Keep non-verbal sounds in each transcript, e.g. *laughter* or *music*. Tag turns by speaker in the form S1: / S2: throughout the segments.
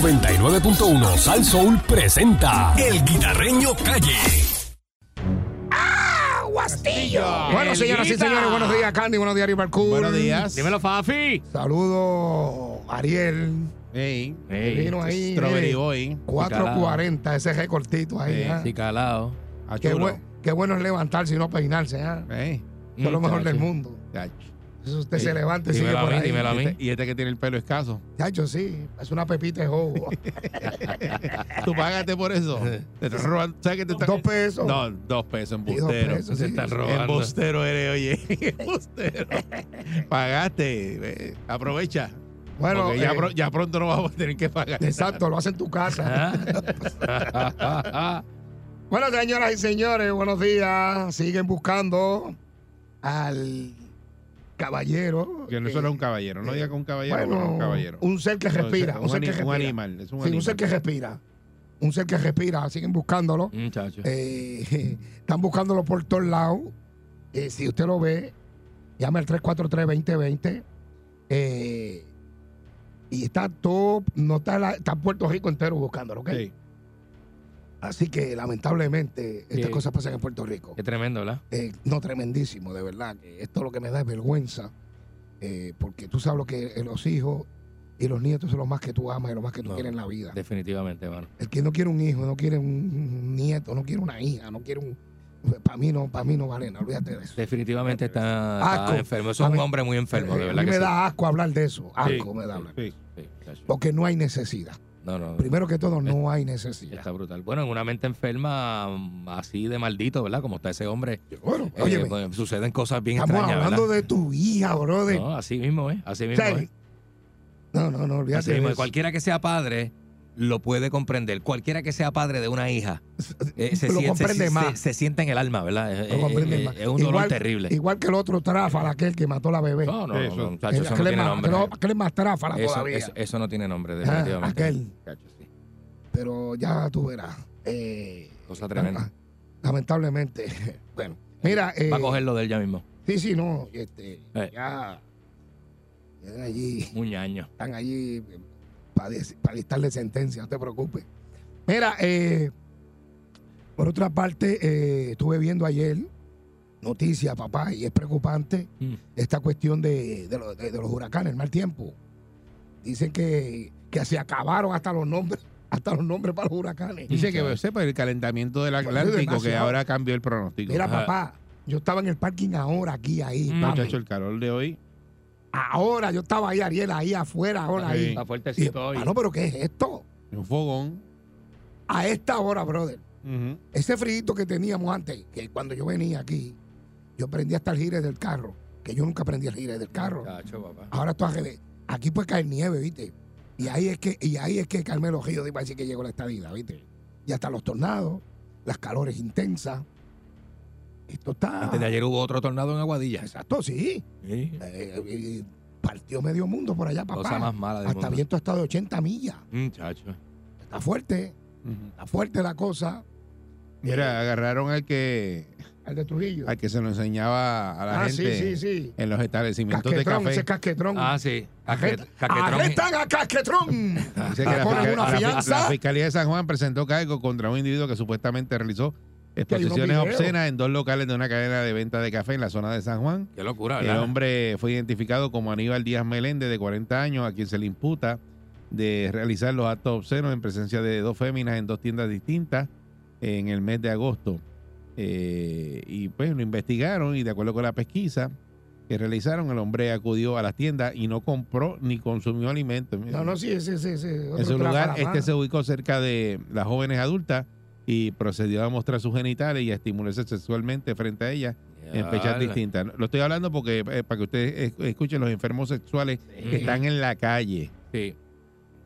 S1: 99.1 Sal Soul presenta El Guitarreño Calle.
S2: Bueno, señoras y señores, buenos días, Candy. Buenos días, Ari Barcourt.
S3: Buenos días.
S4: Dímelo, Fafi.
S2: Saludos, Ariel.
S3: Ey,
S2: Vino ahí. eh,
S3: Strawberry
S2: mire,
S3: Boy.
S2: 4.40, ese recortito ahí.
S3: Sí,
S2: ¿ah?
S4: Sí, calado.
S3: Ah,
S2: qué,
S3: chulo.
S2: buen- qué bueno es levantarse y no peinarse. ¿ah?
S3: Ey,
S2: Eso es lo mejor del
S4: chacho.
S2: mundo.
S3: chacho.
S2: Eso usted
S3: Sí.
S2: se levanta y sigue
S4: Dímelo a
S2: por
S4: mí,
S2: ahí.
S4: dímelo a mí.
S3: Y este que tiene el pelo escaso.
S2: Chacho, sí. Es una pepita de jobo.
S3: *laughs* Tú págate por
S4: *laughs*
S3: eso. Te estás robando. ¿Sabes que te están-
S2: Dos pesos.
S3: No, dos pesos
S2: Sí, dos
S3: embustero.
S2: pesos, sí.
S4: está ro- robando.
S3: Embustero eres, oye. *laughs* Embustero. Pagaste. ve, Aprovecha.
S2: Bueno,
S3: Porque ya,
S2: eh,
S3: pro- ya pronto no vamos a tener
S2: *laughs*
S3: que pagar.
S2: exacto, lo hace en tu casa.
S4: Ah.
S2: Bueno, señoras y señores, buenos días. Siguen buscando al caballero.
S3: Que no
S2: eh,
S3: solo es un caballero. No diga que un caballero,
S2: bueno,
S3: pero un caballero.
S2: un ser que
S3: No,
S2: respira.
S3: un
S2: Un, ser
S3: ani-
S2: que
S3: un
S2: respira.
S3: animal. Es un
S2: Sí,
S3: animal.
S2: un ser que respira. Un ser que respira. Siguen buscándolo.
S4: Muchacho.
S2: Eh, *laughs* están buscándolo por todos lados. Eh, si usted lo ve, llame al 343-2020. Eh, y está todo, no está, la- está Puerto Rico entero buscándolo, ¿ok?
S3: Sí.
S2: Así que lamentablemente estas
S4: Sí.
S2: cosas pasan en Puerto Rico.
S4: Qué tremendo, ¿verdad?
S2: Eh, no, tremendísimo, de verdad. que Esto lo que me da es vergüenza, eh, porque tú sabes lo que eh, los hijos y los nietos son los más que tú amas y los más que tú
S4: No.
S2: quieres en la vida.
S4: Definitivamente, hermano.
S2: El que no quiere un hijo, no quiere un nieto, no quiere una hija, no quiere un... Para mí no, para mí no vale nada, olvídate de eso.
S4: Definitivamente está, está
S2: Asco.
S4: enfermo. Eso
S2: Ah, A
S4: es un
S2: mí-
S4: hombre muy enfermo, de
S2: Eh,
S4: verdad
S2: a mí
S4: que
S2: me
S4: sí.
S2: da asco hablar de eso, asco
S4: Sí,
S2: me da hablar.
S3: Sí.
S4: Sí, muchacho.
S2: Porque no hay necesidad.
S4: No, no.
S2: Primero que todo, no hay necesidad.
S4: Está brutal. Bueno, en una mente enferma mm, así de maldito, ¿verdad? Como está ese hombre.
S2: Bueno,
S4: eh,
S2: óyeme,
S4: pues, suceden cosas bien
S2: estamos
S4: extrañas,
S2: hablando
S4: ¿verdad?
S2: de tu hija, brother.
S4: No, así mismo, ¿eh? Así
S2: O
S4: mismo,
S2: sea,
S4: ¿eh?
S2: no, no, no,
S4: Así
S2: olvídate
S4: mismo.
S2: de
S4: Y
S2: eso.
S4: Cualquiera que sea padre lo puede comprender. Cualquiera que sea padre de una hija eh, se,
S2: Lo
S4: siente, se-
S2: comprende
S4: se-
S2: más.
S4: se siente en el alma, ¿verdad? Es,
S2: Lo
S4: es-
S2: comprenden
S4: es-
S2: más.
S4: Eh, es un dolor
S2: Igual-
S4: terrible.
S2: Igual que el otro tráfala, aquel que mató a la bebé. Eh,
S4: No, no,
S3: Sí,
S4: no,
S3: eso-
S4: no, muchacho, eso no
S2: aquel, es
S4: tiene
S2: más,
S4: nombre.
S2: aquel- aquel es más tráfala
S4: Eso,
S2: todavía.
S4: eso- eso no tiene nombre,
S2: Ah,
S4: definitivamente.
S2: aquel.
S4: Muchacho, sí.
S2: Pero ya tú verás. eh, *laughs*
S4: Cosa tremenda.
S2: Lamentablemente. *laughs* Bueno, mira. eh,
S4: Va a cogerlo de él ya mismo.
S2: Sí, sí, no. Este,
S4: Eh.
S2: Ya. Están allí,
S4: Un ñaño.
S2: están allí para dictarle sentencia, no te preocupes. Mira, eh, por otra parte, eh, estuve viendo ayer noticias, papá, y es preocupante
S4: Mm.
S2: esta cuestión de, de lo- de- de los huracanes, el mal tiempo. Dicen que, que se acabaron hasta los nombres, *laughs* hasta los nombres para los huracanes.
S3: Dice que sepa el calentamiento del Atlántico que
S2: demasiado.
S3: ahora cambió el pronóstico.
S2: Mira,
S4: Ajá.
S2: papá, yo estaba en el parking ahora, aquí, ahí.
S4: Mm.
S2: papi.
S3: Muchacho, el calor de hoy.
S2: Ahora, yo estaba ahí, Ariel, ahí afuera, ahora
S3: pues, Sí.
S2: ahí.
S4: Está
S2: Y
S4: fuertecito
S2: yo,
S4: hoy.
S2: ah, no, pero ¿qué es esto?
S3: Un fogón.
S2: A esta hora, brother.
S3: Ujú.
S2: Ese frío que teníamos antes, que cuando yo venía aquí, yo prendía hasta el gire del carro, que yo nunca prendí el gire del carro.
S4: Muchacho, papá.
S2: Ahora esto al revés. Aquí puede caer nieve, ¿viste? Y ahí es que, y ahí es que Carmelo Río iba a decir que llegó la estadía, ¿viste? Y hasta los tornados, las calores intensas. Esto está.
S4: Antes de ayer hubo otro tornado en Aguadilla.
S2: Exacto, sí.
S4: Sí.
S2: Eh, eh, partió medio mundo por allá, papá.
S4: Cosa más mala del
S2: hasta
S4: mundo.
S2: viento hasta de 80 millas.
S4: Muchacho.
S2: Está fuerte,
S3: Ujú.
S2: está fuerte la cosa.
S3: Mira, agarraron al que
S2: Al de Trujillo.
S3: al que se lo enseñaba a la
S2: ah,
S3: gente
S2: sí, sí, sí.
S3: en los establecimientos de
S2: Casquetrón, ese
S3: café.
S2: es Casquetrón.
S4: Ah, sí. Caquet-
S2: Arre-
S4: Caquetrón.
S2: Arrestan a
S4: *laughs*
S2: Casquetrón.
S3: Dice
S2: le
S3: que la,
S2: Ah, ponen
S3: fiscal-
S2: una
S3: la fi-
S2: fianza.
S3: la Fiscalía de San Juan presentó cargo contra un individuo que supuestamente realizó
S2: unos
S3: exposiciones
S2: videos.
S3: obscenas en dos locales de una cadena de venta de café en la zona de San Juan.
S4: Qué locura,
S3: El
S4: ¿verdad?
S3: hombre fue identificado como Aníbal Díaz Meléndez, de 40 años, a quien se le imputa de realizar los actos obscenos en presencia de dos féminas en dos tiendas distintas en el mes de agosto. Eh, y pues lo investigaron y de acuerdo con la pesquisa que realizaron, el hombre acudió a las tiendas y no compró ni consumió alimentos.
S2: No, no, sí, ese, ese, ese. otro
S3: en su lugar,
S2: trafalamán.
S3: este se ubicó cerca de las jóvenes adultas y procedió a mostrar sus genitales y a estimularse sexualmente frente a ellas en fechas distintas. Lo estoy hablando porque eh, para que ustedes es- escuchen los enfermos sexuales que están en la calle.
S4: Sí.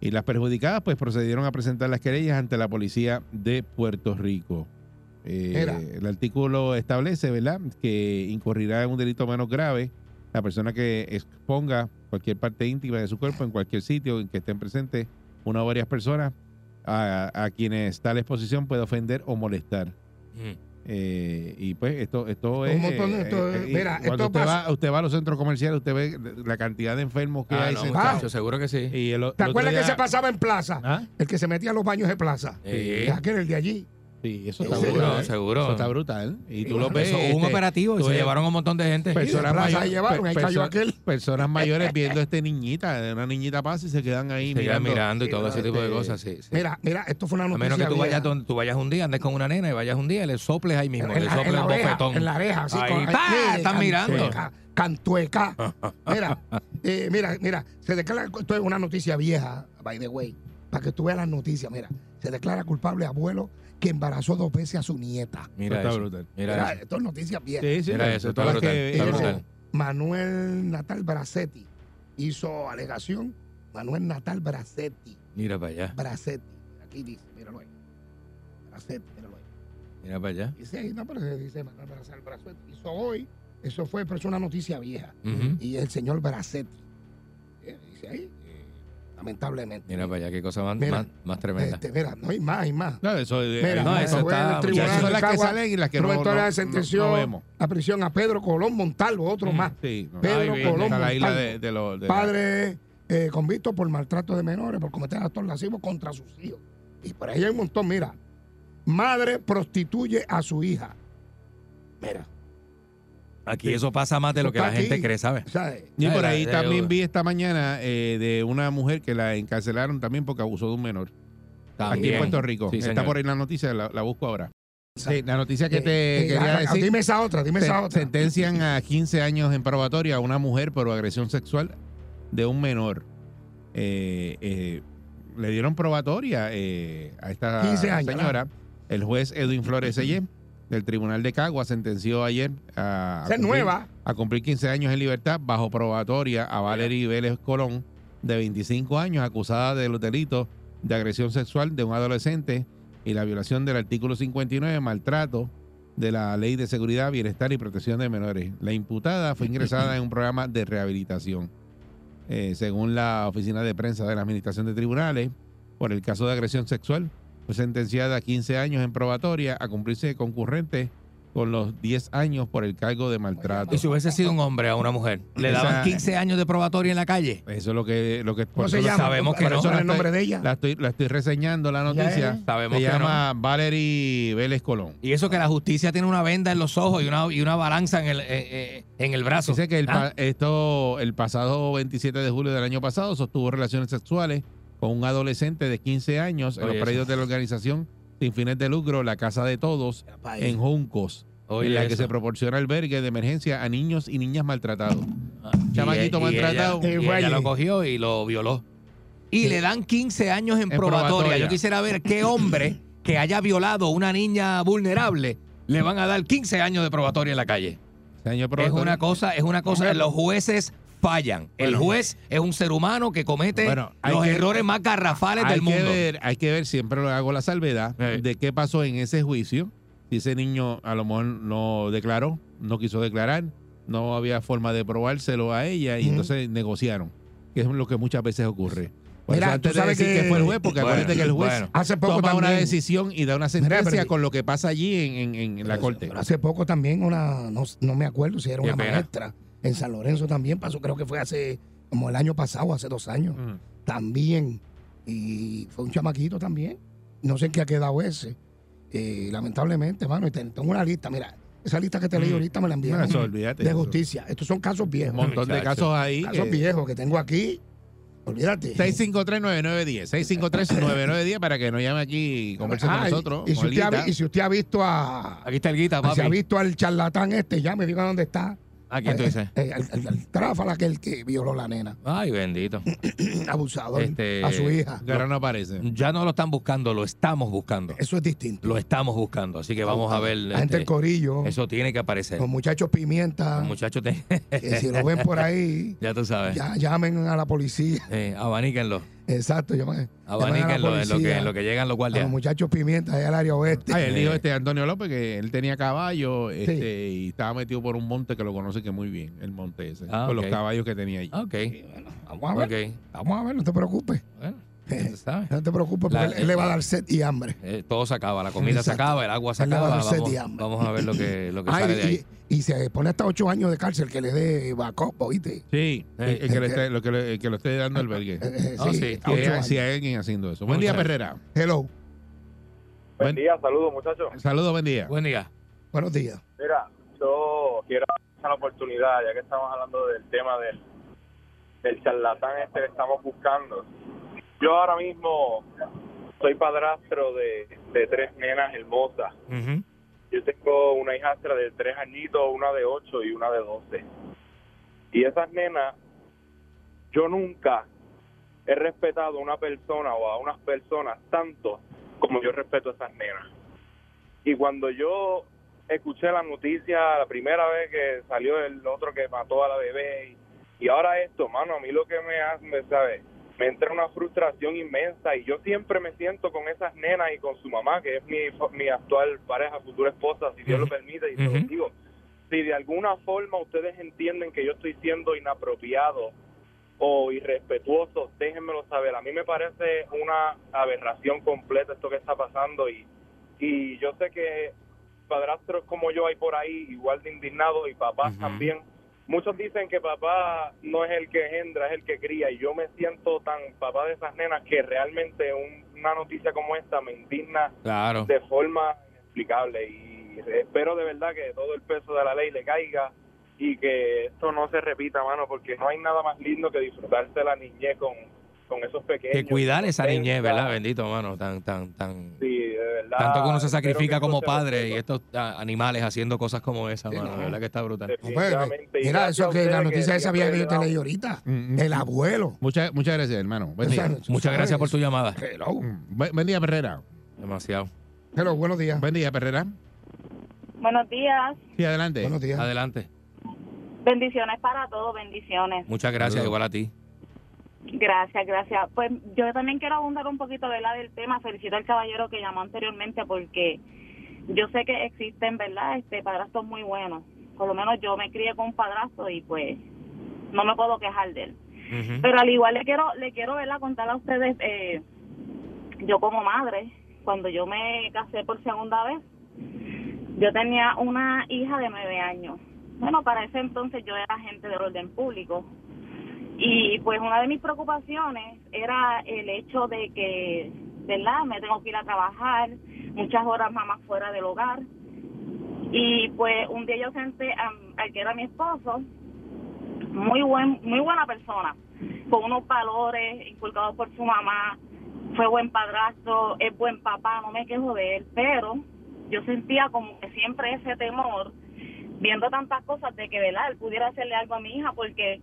S3: Y las perjudicadas pues procedieron a presentar las querellas ante la policía de Puerto Rico. Eh,
S2: Mira.
S3: el artículo establece, ¿verdad?, que incurrirá en un delito menos grave la persona que exponga cualquier parte íntima de su cuerpo en cualquier sitio en que estén presentes una o varias personas a, a quienes tal exposición puede ofender o molestar.
S4: Mm.
S3: Eh, y pues esto, esto
S2: Un
S3: es. eh,
S2: montón de- esto es-
S3: y
S2: mira,
S3: cuando
S2: esto
S3: usted,
S2: pasa-
S3: va, usted va a los centros comerciales, usted ve la cantidad de enfermos que
S4: Ah,
S3: hay.
S4: no,
S3: sentados.
S4: muchacho, seguro que sí.
S3: Y el o-
S2: ¿Te
S3: el otro
S2: acuerdas que
S3: día-
S2: se pasaba en plaza?
S3: ¿Ah?
S2: El que se metía a los baños de plaza.
S4: Sí.
S2: Es aquel, el de allí.
S3: Sí, eso está
S4: Seguro,
S3: brutal. ¿eh?
S4: seguro.
S3: Eso está brutal. Y tú
S4: Eso
S3: lo ves.
S4: hubo un
S3: este,
S4: operativo y
S3: tú
S4: se
S3: ves Pues,
S4: llevaron a un montón de gente.
S2: Personas
S3: mayo-
S2: mayores llevaron, ahí cayó
S3: perso-
S2: aquel.
S3: personas mayores viendo a este niñita, una niñita pasa y se quedan ahí
S4: Se quedan
S3: mirando.
S4: mirando y todo ese tipo de
S3: este,
S4: cosas, sí, sí.
S2: Mira, mira, esto fue una
S4: A
S2: noticia.
S4: menos que tú
S2: vieja.
S4: vayas, donde- tú vayas un día, andes con una nena y vayas un día y le soples ahí mismo,
S2: en
S4: le
S2: la, en
S4: soples
S2: la
S4: un
S2: oreja,
S4: bofetón.
S2: en la oreja, así
S4: Ahí,
S2: con-
S4: ¡pa!
S2: mire,
S4: Están mirando.
S2: cantueca, Cantueca.
S4: *laughs*
S2: Mira, eh, mira, mira, se declara, esto es una noticia vieja, by the way, para que tú veas las noticias, mira, se declara culpable abuelo que embarazó dos veces a su nieta.
S4: Mira
S3: Está
S4: eso,
S3: brutal.
S4: mira
S2: Mira,
S4: eso.
S2: esto es noticia vieja.
S3: Sí, sí,
S4: Mira
S3: sí,
S4: eso,
S3: todas
S4: está
S3: las
S4: brutal,
S3: que-
S4: está
S3: eh,
S4: brutal.
S2: Manuel Natal Bracetti hizo alegación, Manuel Natal Bracetti,
S4: Mira para allá,
S2: Bracetti, aquí dice, míralo ahí, Bracetti, míralo ahí.
S4: mira para allá.
S2: Dice ahí, no, pero se dice Manuel Natal Bracetti, hizo hoy, eso fue, pero es una noticia vieja.
S4: Ujú.
S2: y el señor Bracetti. Eh, dice ahí, eh, lamentablemente.
S4: Mira para allá, qué cosa más,
S2: Mira.
S4: más, más tremenda.
S2: Este, mira, no hay más, hay más.
S3: No, eso, eh,
S2: Mira,
S3: hay
S4: no,
S3: un
S4: eso
S3: montón.
S4: está-
S2: el
S3: Ya
S2: tribunal
S3: esas
S2: de
S3: son las que
S2: Cagua,
S3: salen y las que no, no,
S2: Roberto Lara
S3: no-
S2: sentenció
S3: no vemos.
S2: a prisión a Pedro Colón Montalvo, otro
S3: Mm,
S2: más.
S3: Sí, no,
S2: Pedro
S3: ahí viene,
S2: Colón
S3: está la isla
S2: Montalvo.
S3: de, de los. de la-
S2: Padre eh, convicto por maltrato de menores, por cometer actos lascivos contra sus hijos. Y por ahí hay un montón, mira. Madre prostituye a su hija. Mira,
S4: Aquí eso pasa más de lo que la
S2: Está
S4: gente
S2: aquí.
S4: cree, ¿sabes?
S2: ¿sabes?
S3: Y
S4: Ay,
S3: por
S4: la-
S3: ahí
S4: la-
S3: también vi esta mañana eh, de una mujer que la encarcelaron también porque abusó de un menor. Aquí
S4: También.
S3: en Puerto Rico.
S4: Sí,
S3: Está
S4: señor.
S3: por ahí la noticia, la, la busco ahora. Sí, la noticia que
S2: Eh,
S3: te
S2: eh,
S3: quería
S2: ah, ah,
S3: decir.
S2: Dime esa otra, dime esa
S3: Sen-
S2: otra. *laughs*
S3: Sentencian a 15 años en probatoria a una mujer por agresión sexual de un menor. Eh, eh, le dieron probatoria eh, a esta
S2: 15 años,
S3: señora. El juez Edwin Flores Sellé del Tribunal de Cagua sentenció ayer a, a
S2: Esa es
S3: cumplir-
S2: nueva.
S3: a cumplir 15 años en libertad bajo probatoria a Valerie Vélez Colón, de 25 años, acusada de los delitos de agresión sexual de un adolescente y la violación del artículo 59, maltrato de la Ley de Seguridad, Bienestar y Protección de Menores. La imputada fue ingresada en un programa de rehabilitación. Eh, según la oficina de prensa de la Administración de Tribunales, por el caso de agresión sexual, fue sentenciada a 15 años en probatoria a cumplirse concurrente con los 10 años por el cargo de maltrato.
S4: Y si hubiese sido un hombre a una mujer, le
S3: Esa-
S4: daban 15 años de probatoria en la calle.
S3: Eso es lo que... Lo que
S2: ¿Cómo
S3: por
S2: se
S3: eso
S2: llama?
S4: sabemos que
S2: Por
S4: no.
S2: eso era
S3: La
S2: el
S3: estoy-
S2: nombre de ella.
S3: La estoy, la estoy reseñando la noticia.
S4: Sabemos
S3: Se
S4: que
S3: llama Valerie Vélez Colón.
S4: Y eso que la justicia tiene una venda en los ojos y una, y una balanza en el, eh, eh, en el brazo.
S3: Dice que el, pa-
S4: Ah,
S3: esto, el pasado 27 de julio del año pasado sostuvo relaciones sexuales con un adolescente de 15 años en
S4: Oye,
S3: los
S4: eso.
S3: predios de la organización sin fines de lucro La Casa de Todos en Juncos,
S4: oye,
S3: en la que
S4: eso.
S3: se proporciona albergue de emergencia a niños y niñas maltratados.
S4: Ah,
S3: Chamaquito
S4: y- y
S3: maltratado.
S4: ella-
S2: Eh,
S4: y
S2: vaya.
S4: ella lo cogió y lo violó. Y le dan 15 años en,
S3: En
S4: probatoria.
S3: probatoria.
S4: Yo quisiera ver qué hombre que haya violado a una niña vulnerable le van a dar 15 años de probatoria en la calle.
S3: Ese año
S4: Es
S3: probatorio.
S2: ¿eh?
S4: una cosa, es una cosa. Los jueces fallan. El
S3: Bueno.
S4: juez es un ser humano que comete
S3: Bueno, hay
S4: los
S3: que-
S4: errores más garrafales
S3: hay
S4: del mundo.
S3: Que ver, hay que ver, siempre lo hago la salvedad,
S4: Sí.
S3: de qué pasó en ese juicio. Si ese niño a lo mejor no declaró, no quiso declarar, no había forma de probárselo a ella y
S2: Ujú.
S3: entonces negociaron, que es lo que muchas veces ocurre. Por
S2: Mira,
S3: eso antes
S2: tú
S3: de
S2: sabes
S3: decir que...
S2: que-
S3: fue el juez, porque
S4: Bueno,
S3: acuérdate que el juez
S4: bueno.
S2: Hace poco
S3: toma una
S2: también-
S3: decisión y da una sentencia
S2: pero-
S3: con lo que pasa allí en, en- en la corte.
S2: Hace poco también una, no, no me acuerdo si era
S4: Qué
S2: una
S4: pena.
S2: maestra en San Lorenzo también pasó, creo que fue hace como el año pasado, hace dos años,
S3: Ujú.
S2: también. Y fue un chamaquito también. No sé en qué ha quedado ese. Eh, lamentablemente, mano, y ten- tengo una lista, mira, esa lista que te leí
S3: Mm.
S2: ahorita me la
S3: Bueno,
S2: enviaron
S3: eso, olvídate.
S2: de
S3: eso.
S2: justicia. Estos son casos
S3: Un
S2: viejos.
S3: montón eh. de
S4: Muchacho.
S3: casos ahí.
S2: Casos
S3: que-
S2: viejos que tengo aquí. Olvídate.
S3: 653-9910. 653-9910 para que nos llame aquí y converse con
S2: Ah, y-
S3: nosotros.
S2: Y,
S3: con
S2: si usted ha,
S3: Elita.
S2: vi- y si usted ha visto a,
S4: Aquí está el guita,
S2: si ha
S4: papi.
S2: visto al charlatán este, ya me diga dónde está.
S4: Aquí tú dices.
S2: Eh, al- al- al tráfala que el que violó la nena,
S4: Ay, bendito.
S2: abusador
S4: Este,
S2: a su hija.
S3: Que ahora no aparece.
S4: Ya no lo están buscando, lo estamos buscando.
S2: Eso es distinto.
S4: Lo estamos buscando. Así que vamos a ver.
S2: La
S4: este,
S2: gente del corillo,
S4: eso tiene que aparecer.
S2: los muchachos pimienta,
S4: Los muchachos, te-
S2: *laughs* que si lo ven por ahí,
S4: *laughs* ya tú sabes.
S2: ya llamen a la policía. *laughs*
S4: Eh, abaníquenlo.
S2: Exacto, llamen, llamen a la
S4: Abaníquenlo en lo, que,
S2: policía,
S4: en lo que llegan los
S2: a
S4: guardias.
S2: los muchachos pimienta allá al área oeste.
S3: Ay, él
S4: Eh.
S3: dijo este Antonio López que él tenía caballo este, y estaba metido por un monte que lo conoce que muy bien, el monte ese,
S4: Ah,
S3: con
S4: ok.
S3: los caballos que tenía allí.
S4: Ah, Ok,
S2: Y bueno, *laughs* vamos a ver,
S4: ok.
S2: vamos a ver, no te preocupes.
S4: Bueno,
S2: Eh,
S4: ¿sabes?
S2: *laughs* No te preocupes,
S4: La-
S2: porque él, él le va a dar sed y hambre.
S4: Eh, todo se acaba, la comida se
S2: Exacto.
S4: acaba, el agua se
S2: Él le va a
S4: acaba.
S2: dar sed
S4: Vamos,
S2: y hambre.
S4: vamos a ver lo que, lo que
S2: Ah,
S4: sale de ahí.
S2: y, y- y se pone hasta ocho años de cárcel que le dé Eh, Bacopo, ¿viste?
S3: Sí, el, el que le esté- lo que le- el que lo esté dando el
S2: Eh,
S3: belgue.
S2: eh,
S4: Ah, sí.
S2: a *coughs* ocho
S3: Si hay-
S2: años.
S3: si hay alguien haciendo eso. Buen día,
S4: Muchas
S3: Perrera.
S2: Hello,
S3: Buen-
S5: Buen día, saludos muchachos.
S3: Saludos, buen día.
S4: Buen día.
S2: buenos días.
S5: Mira, yo quiero aprovechar la oportunidad, ya que estamos hablando del tema del, del charlatán este que estamos buscando. Yo ahora mismo soy padrastro de, de tres nenas hermosas.
S4: Ujú.
S5: Yo tengo una hijastra de tres añitos, una de ocho y una de doce. Y esas nenas, yo nunca he respetado a una persona o a unas personas tanto como yo respeto a esas nenas. Y cuando yo escuché la noticia, la primera vez que salió el otro que mató a la bebé, y, y ahora esto, mano, a mí lo que me hace, me, ¿sabes? Me entra una frustración inmensa y yo siempre me siento con esas nenas y con su mamá, que es mi, mi actual pareja, futura esposa, si Dios lo
S4: Ujú.
S5: permite, y se lo
S4: Ujú.
S5: digo. Si de alguna forma ustedes entienden que yo estoy siendo inapropiado o irrespetuoso, déjenmelo saber. A mí me parece una aberración completa esto que está pasando y, y yo sé que padrastros como yo hay por ahí, igual de indignados y papás
S4: Ujú.
S5: también. Muchos dicen que papá no es el que engendra, es el que cría y yo me siento tan papá de esas nenas que realmente un- una noticia como esta me indigna
S4: Claro.
S5: de forma inexplicable y espero de verdad que todo el peso de la ley le caiga y que esto no se repita, mano, porque no hay nada más lindo que disfrutarse la niñez con, con esos pequeños.
S4: Que cuidar esa
S5: Pensa-
S4: niñez, ¿verdad? Bendito, mano. Tan, tan, tan.
S5: Sí, de verdad.
S4: Tanto que uno se
S5: espero
S4: sacrifica
S5: que
S4: como
S5: esto se
S4: padre y
S5: resuelva.
S4: estos ah, animales haciendo cosas como esa,
S2: Sí,
S4: mano.
S2: no.
S4: La verdad que está brutal.
S2: Hombre,
S5: Definitivamente. Y
S2: mira,
S5: gracias
S2: eso
S5: a
S2: que
S5: ustedes
S2: la noticia esa vieja que yo te
S5: siempre
S2: leí ahorita.
S3: Mm, mm.
S2: El abuelo.
S3: Muchas muchas gracias, hermano. Buen
S2: O sea,
S3: día.
S4: Muchas gracias por tu llamada.
S2: Hello,
S3: Mm, Buen buen día, Perrera.
S4: Demasiado.
S2: hello, buenos días.
S3: Buen día, Perrera.
S6: Buenos días.
S3: Sí, adelante.
S2: Buenos días.
S4: Adelante.
S6: Bendiciones para todos, bendiciones.
S4: Muchas gracias,
S3: Saludos.
S4: igual a ti.
S6: Gracias, gracias. Pues yo también quiero abundar un poquito ¿verdad? del tema. Felicito al caballero que llamó anteriormente porque yo sé que existen, ¿verdad? Este padrastros muy buenos. Por lo menos yo me crié con un padrastro y pues no me puedo quejar de él.
S4: Ujú.
S6: Pero al igual le quiero, le quiero ¿verdad? contar a ustedes, eh, yo como madre, cuando yo me casé por segunda vez, yo tenía una hija de nueve años. Bueno, para ese entonces yo era agente del orden público. Y pues una de mis preocupaciones era el hecho de que, ¿verdad? Me tengo que ir a trabajar, muchas horas mamá fuera del hogar. Y pues un día yo senté a- al que era mi esposo, muy buen muy buena persona con unos valores inculcados por su mamá fue buen padrastro es buen papá no me quejo de él pero yo sentía como que siempre ese temor viendo tantas cosas de que verdad él pudiera hacerle algo a mi hija porque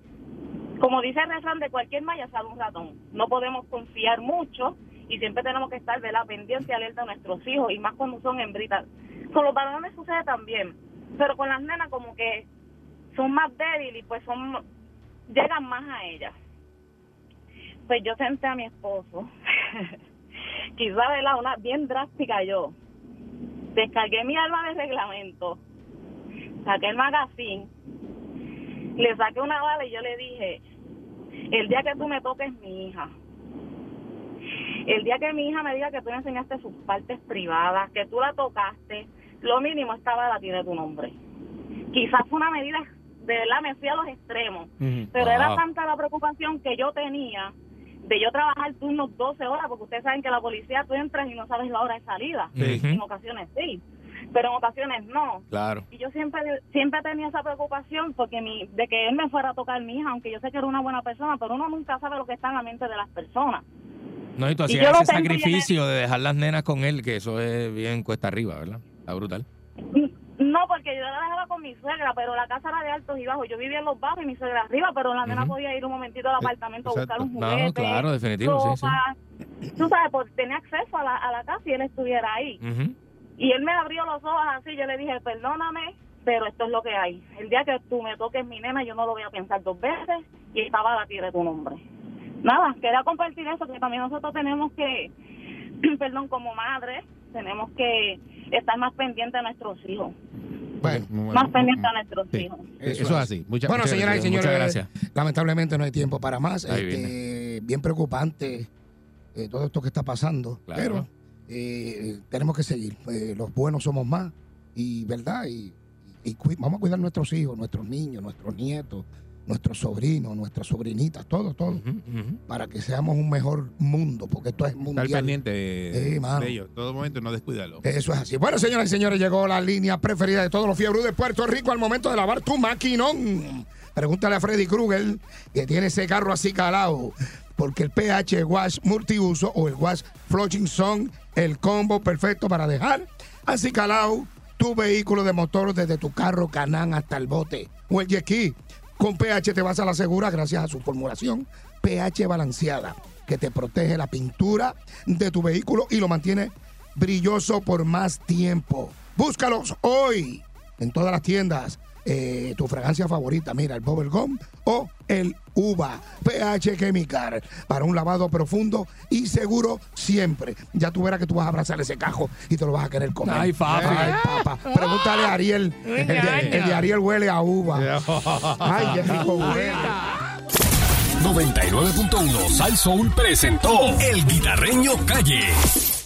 S6: como dice el refrán de cualquier malla sale un ratón no podemos confiar mucho y siempre tenemos que estar ¿verdad? pendiente y alerta a nuestros hijos y más cuando son hembritas con los varones sucede también pero con las nenas como que son más débiles y pues son llegan más a ellas. Pues yo senté a mi esposo, *laughs* quizá de la una bien drástica yo, descargué mi alma de reglamento, saqué el magazine, le saqué una bala y yo le dije, el día que tú me toques mi hija, el día que mi hija me diga que tú le enseñaste sus partes privadas, que tú la tocaste, lo mínimo esta bala tiene tu nombre quizás fue una medida de verdad me fui a los extremos
S3: Ujú.
S6: pero
S4: Wow.
S6: era tanta la preocupación que yo tenía de yo trabajar turnos 12 horas porque ustedes saben que la policía tú entras y no sabes la hora de salida
S4: Sí.
S6: en ocasiones sí pero en ocasiones no
S4: Claro.
S6: y yo siempre siempre tenía esa preocupación porque mi de que él me fuera a tocar mi hija aunque yo sé que era una buena persona pero uno nunca sabe lo que está en la mente de las personas
S4: No, y tú
S6: Y
S4: hacías
S6: yo lo
S4: ese
S6: tengo lleno-
S4: sacrificio de dejar las nenas con él, que eso es bien cuesta arriba, ¿verdad? Está brutal.
S6: No, porque yo la dejaba con mi suegra, pero la casa era de altos y bajos. Yo vivía en los bajos y mi suegra arriba, pero la nena
S4: Ujú. Eh,
S6: podía ir un momentito al apartamento a buscar
S3: exacto.
S6: un
S4: No,
S6: juguete.
S4: claro, definitivo, sí, sí.
S6: ropa. Tú sabes, porque tenía acceso a la, a la casa y él estuviera ahí.
S4: Ujú.
S6: Y él me abrió los ojos así, yo le dije, perdóname, pero esto es lo que hay. El día que tú me toques mi nena, yo no lo voy a pensar dos veces y estaba la tira tu nombre. Nada, quería compartir eso, que también nosotros tenemos que, *clears throat* perdón, como madres, tenemos que estar más pendientes a nuestros hijos.
S2: Bueno,
S3: Muy bueno. mm,
S6: Más pendientes a nuestros
S3: Sí.
S6: hijos.
S3: Eso es así. Muchas-
S2: Bueno,
S3: muchas
S2: señoras y
S3: gracias.
S2: señores,
S4: Muchas gracias.
S2: lamentablemente no hay tiempo para más.
S4: Ahí
S2: Este, bien preocupante eh, todo esto que está pasando.
S3: Claro.
S2: Pero eh, tenemos que seguir. Eh, los buenos somos más. Y verdad, y, y cu- vamos a cuidar nuestros hijos, nuestros niños, nuestros nietos, nuestros sobrinos, nuestras sobrinitas, todo, todo, para que seamos un mejor mundo, porque esto es
S3: Estar
S2: mundial.
S3: pendiente de,
S2: Sí, mano.
S3: de ellos. Todo momento no descuidarlo.
S2: Eh, Eso es así. Bueno, señoras y señores, llegó la línea preferida de todos los fiebros de Puerto Rico al momento de lavar tu maquinón. Pregúntale a Freddy Krueger, que tiene ese carro así calado, porque el PH Wash multiuso o el Wash Flushing son el combo perfecto para dejar así calado tu vehículo de motor desde tu carro canán hasta el bote o el jet ski. Con PH te vas a la segura gracias a su formulación PH balanceada, que te protege la pintura de tu vehículo y lo mantiene brilloso por más tiempo. Búscalos hoy en todas las tiendas. Eh, tu fragancia favorita, mira, el Bubble Gum o el Uva PH Chemical para un lavado profundo y seguro siempre. Ya tú verás que tú vas a abrazar ese cajo y te lo vas a querer comer.
S4: Ay, papi.
S2: Ay, papá. Pregúntale a Ariel. El de, el de Ariel huele a
S4: *laughs*
S2: uva. Ay, qué rico huele.
S1: 99.1 Sal Soul presentó El Guitarreño Calle.